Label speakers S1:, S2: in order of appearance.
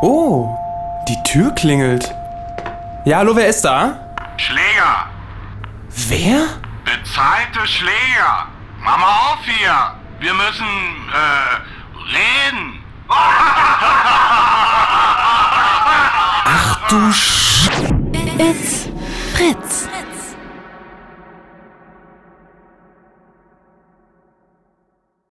S1: Oh, die Tür klingelt. Ja, hallo, wer ist da?
S2: Schläger!
S1: Wer?
S2: Bezahlte Schläger! Mach mal auf hier! Wir müssen, äh, reden!
S1: Ach du Sch...
S3: It's Fritz.